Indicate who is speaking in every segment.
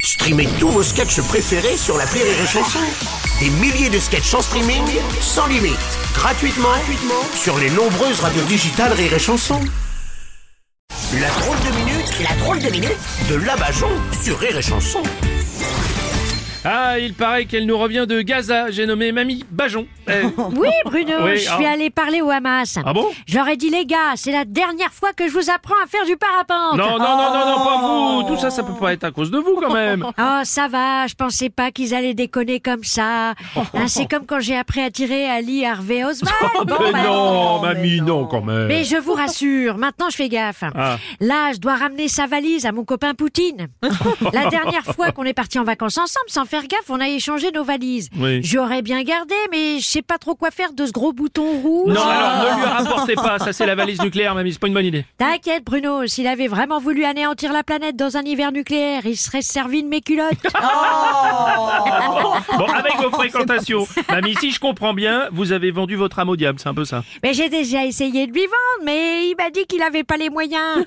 Speaker 1: Streamez tous vos sketchs préférés sur la Rire et Chanson. Des milliers de sketchs en streaming, sans limite, gratuitement, gratuitement sur les nombreuses radios digitales Rire et Chanson. La drôle de minute, la drôle de minute de Labajon sur Rire et Chanson.
Speaker 2: Ah, il paraît qu'elle nous revient de Gaza. J'ai nommé Mamie Bajon. Eh,
Speaker 3: Oui, Bruno,
Speaker 2: Oui,
Speaker 3: je
Speaker 2: ah.
Speaker 3: suis allé parler au Hamas.
Speaker 2: Ah bon
Speaker 3: J'aurais dit, les gars, c'est la dernière fois que je vous apprends à faire du parapente.
Speaker 2: non, non, non, non, non, pas vous. Tout ça, ça peut pas être à cause de vous quand même.
Speaker 3: Oh, ça va, je pensais pas qu'ils allaient déconner comme ça. Hein, c'est comme quand j'ai appris à tirer à Lee Harvey Oswald. Bon,
Speaker 2: Oh, mais Euh,
Speaker 3: bah,
Speaker 2: ben non, Mamie, non. quand même.
Speaker 3: Mais je vous rassure, maintenant je fais gaffe.
Speaker 2: Ah.
Speaker 3: Là, je dois ramener sa valise à mon copain Poutine. La dernière fois qu'on est parti en vacances ensemble, sans faire gaffe, on a échangé nos valises.
Speaker 2: Oui.
Speaker 3: J'aurais bien gardé, mais je sais pas trop quoi faire de ce gros bouton rouge.
Speaker 2: Non, alors ne lui rapportez pas. Ça, c'est la valise nucléaire, Mamie. C'est pas une bonne idée.
Speaker 3: T'inquiète, Bruno, s'il avait vraiment voulu anéantir la planète dans un hiver nucléaire, il serait servi de mes culottes.
Speaker 2: Bon, avec vos fréquentations. Mamie, si je comprends bien, vous avez vendu votre âme au diable. C'est un peu ça.
Speaker 3: Mais j'ai déjà essayé de lui vendre, mais il m'a dit qu'il avait pas les moyens.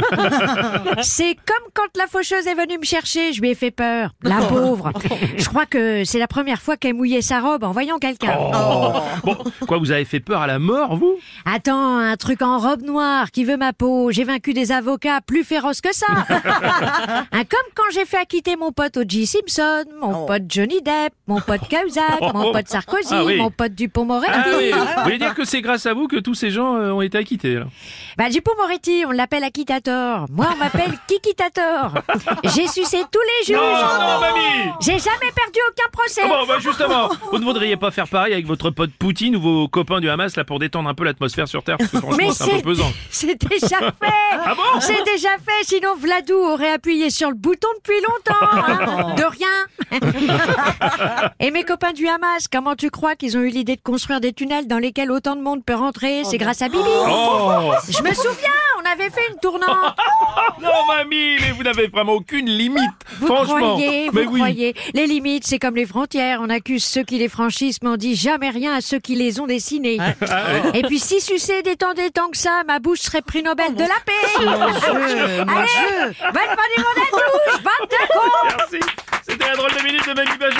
Speaker 3: c'est comme quand la faucheuse est venue me chercher, je lui ai fait peur. La pauvre. Je crois que c'est la première fois qu'elle mouillait sa robe en voyant quelqu'un.
Speaker 2: Oh. Bon, quoi, vous avez fait peur à la mort, vous
Speaker 3: Attends, un truc en robe noire qui veut ma peau. J'ai vaincu des avocats plus féroces que ça. Hein, comme quand j'ai fait acquitter mon pote O.J. Simpson, mon pote Johnny Depp, mon pote Cahuzac, mon pote Sarkozy,
Speaker 2: Oh. Ah oui.
Speaker 3: mon pote Dupont-Moretti.
Speaker 2: Ah oui. Vous voulez dire que c'est grâce à vous que tous ces gens euh, ont été acquittés alors
Speaker 3: Bah, Dupont-Moretti, on l'appelle Akitator. Moi, on m'appelle Kikitator. J'ai sucé tous les juges.
Speaker 2: Non, Oh, non, Mamie
Speaker 3: J'ai jamais perdu aucun procès.
Speaker 2: Ah Bon, bah justement, vous ne voudriez pas faire pareil avec votre pote Poutine ou vos copains du Hamas là pour détendre un peu l'atmosphère sur Terre parce que franchement
Speaker 3: Mais
Speaker 2: c'est un peu pesant.
Speaker 3: c'est déjà fait.
Speaker 2: Ah bon
Speaker 3: C'est déjà fait, sinon Vladou aurait appuyé sur le bouton depuis longtemps.
Speaker 2: Oh.
Speaker 3: hein. De rien. Et mes copains du Hamas, comment tu crois qu'ils ont eu l'idée de construire des tunnels dans lesquels autant de monde peut rentrer C'est grâce à Bibi.
Speaker 2: Oh
Speaker 3: Je me souviens, on avait fait une tournante.
Speaker 2: non mamie, mais vous n'avez vraiment aucune limite.
Speaker 3: Vous
Speaker 2: franchement.
Speaker 3: croyez, vous
Speaker 2: mais oui.
Speaker 3: croyez. Les limites, c'est comme les frontières. On accuse ceux qui les franchissent, mais on dit jamais rien à ceux qui les ont dessinées. Et puis si sucer détendait tant que ça, ma bouche serait prix Nobel de la paix. Allez, bonne fin du monde à tous. Bonne de con.
Speaker 2: Merci. C'était la drôle de minute de Mamie Bajon.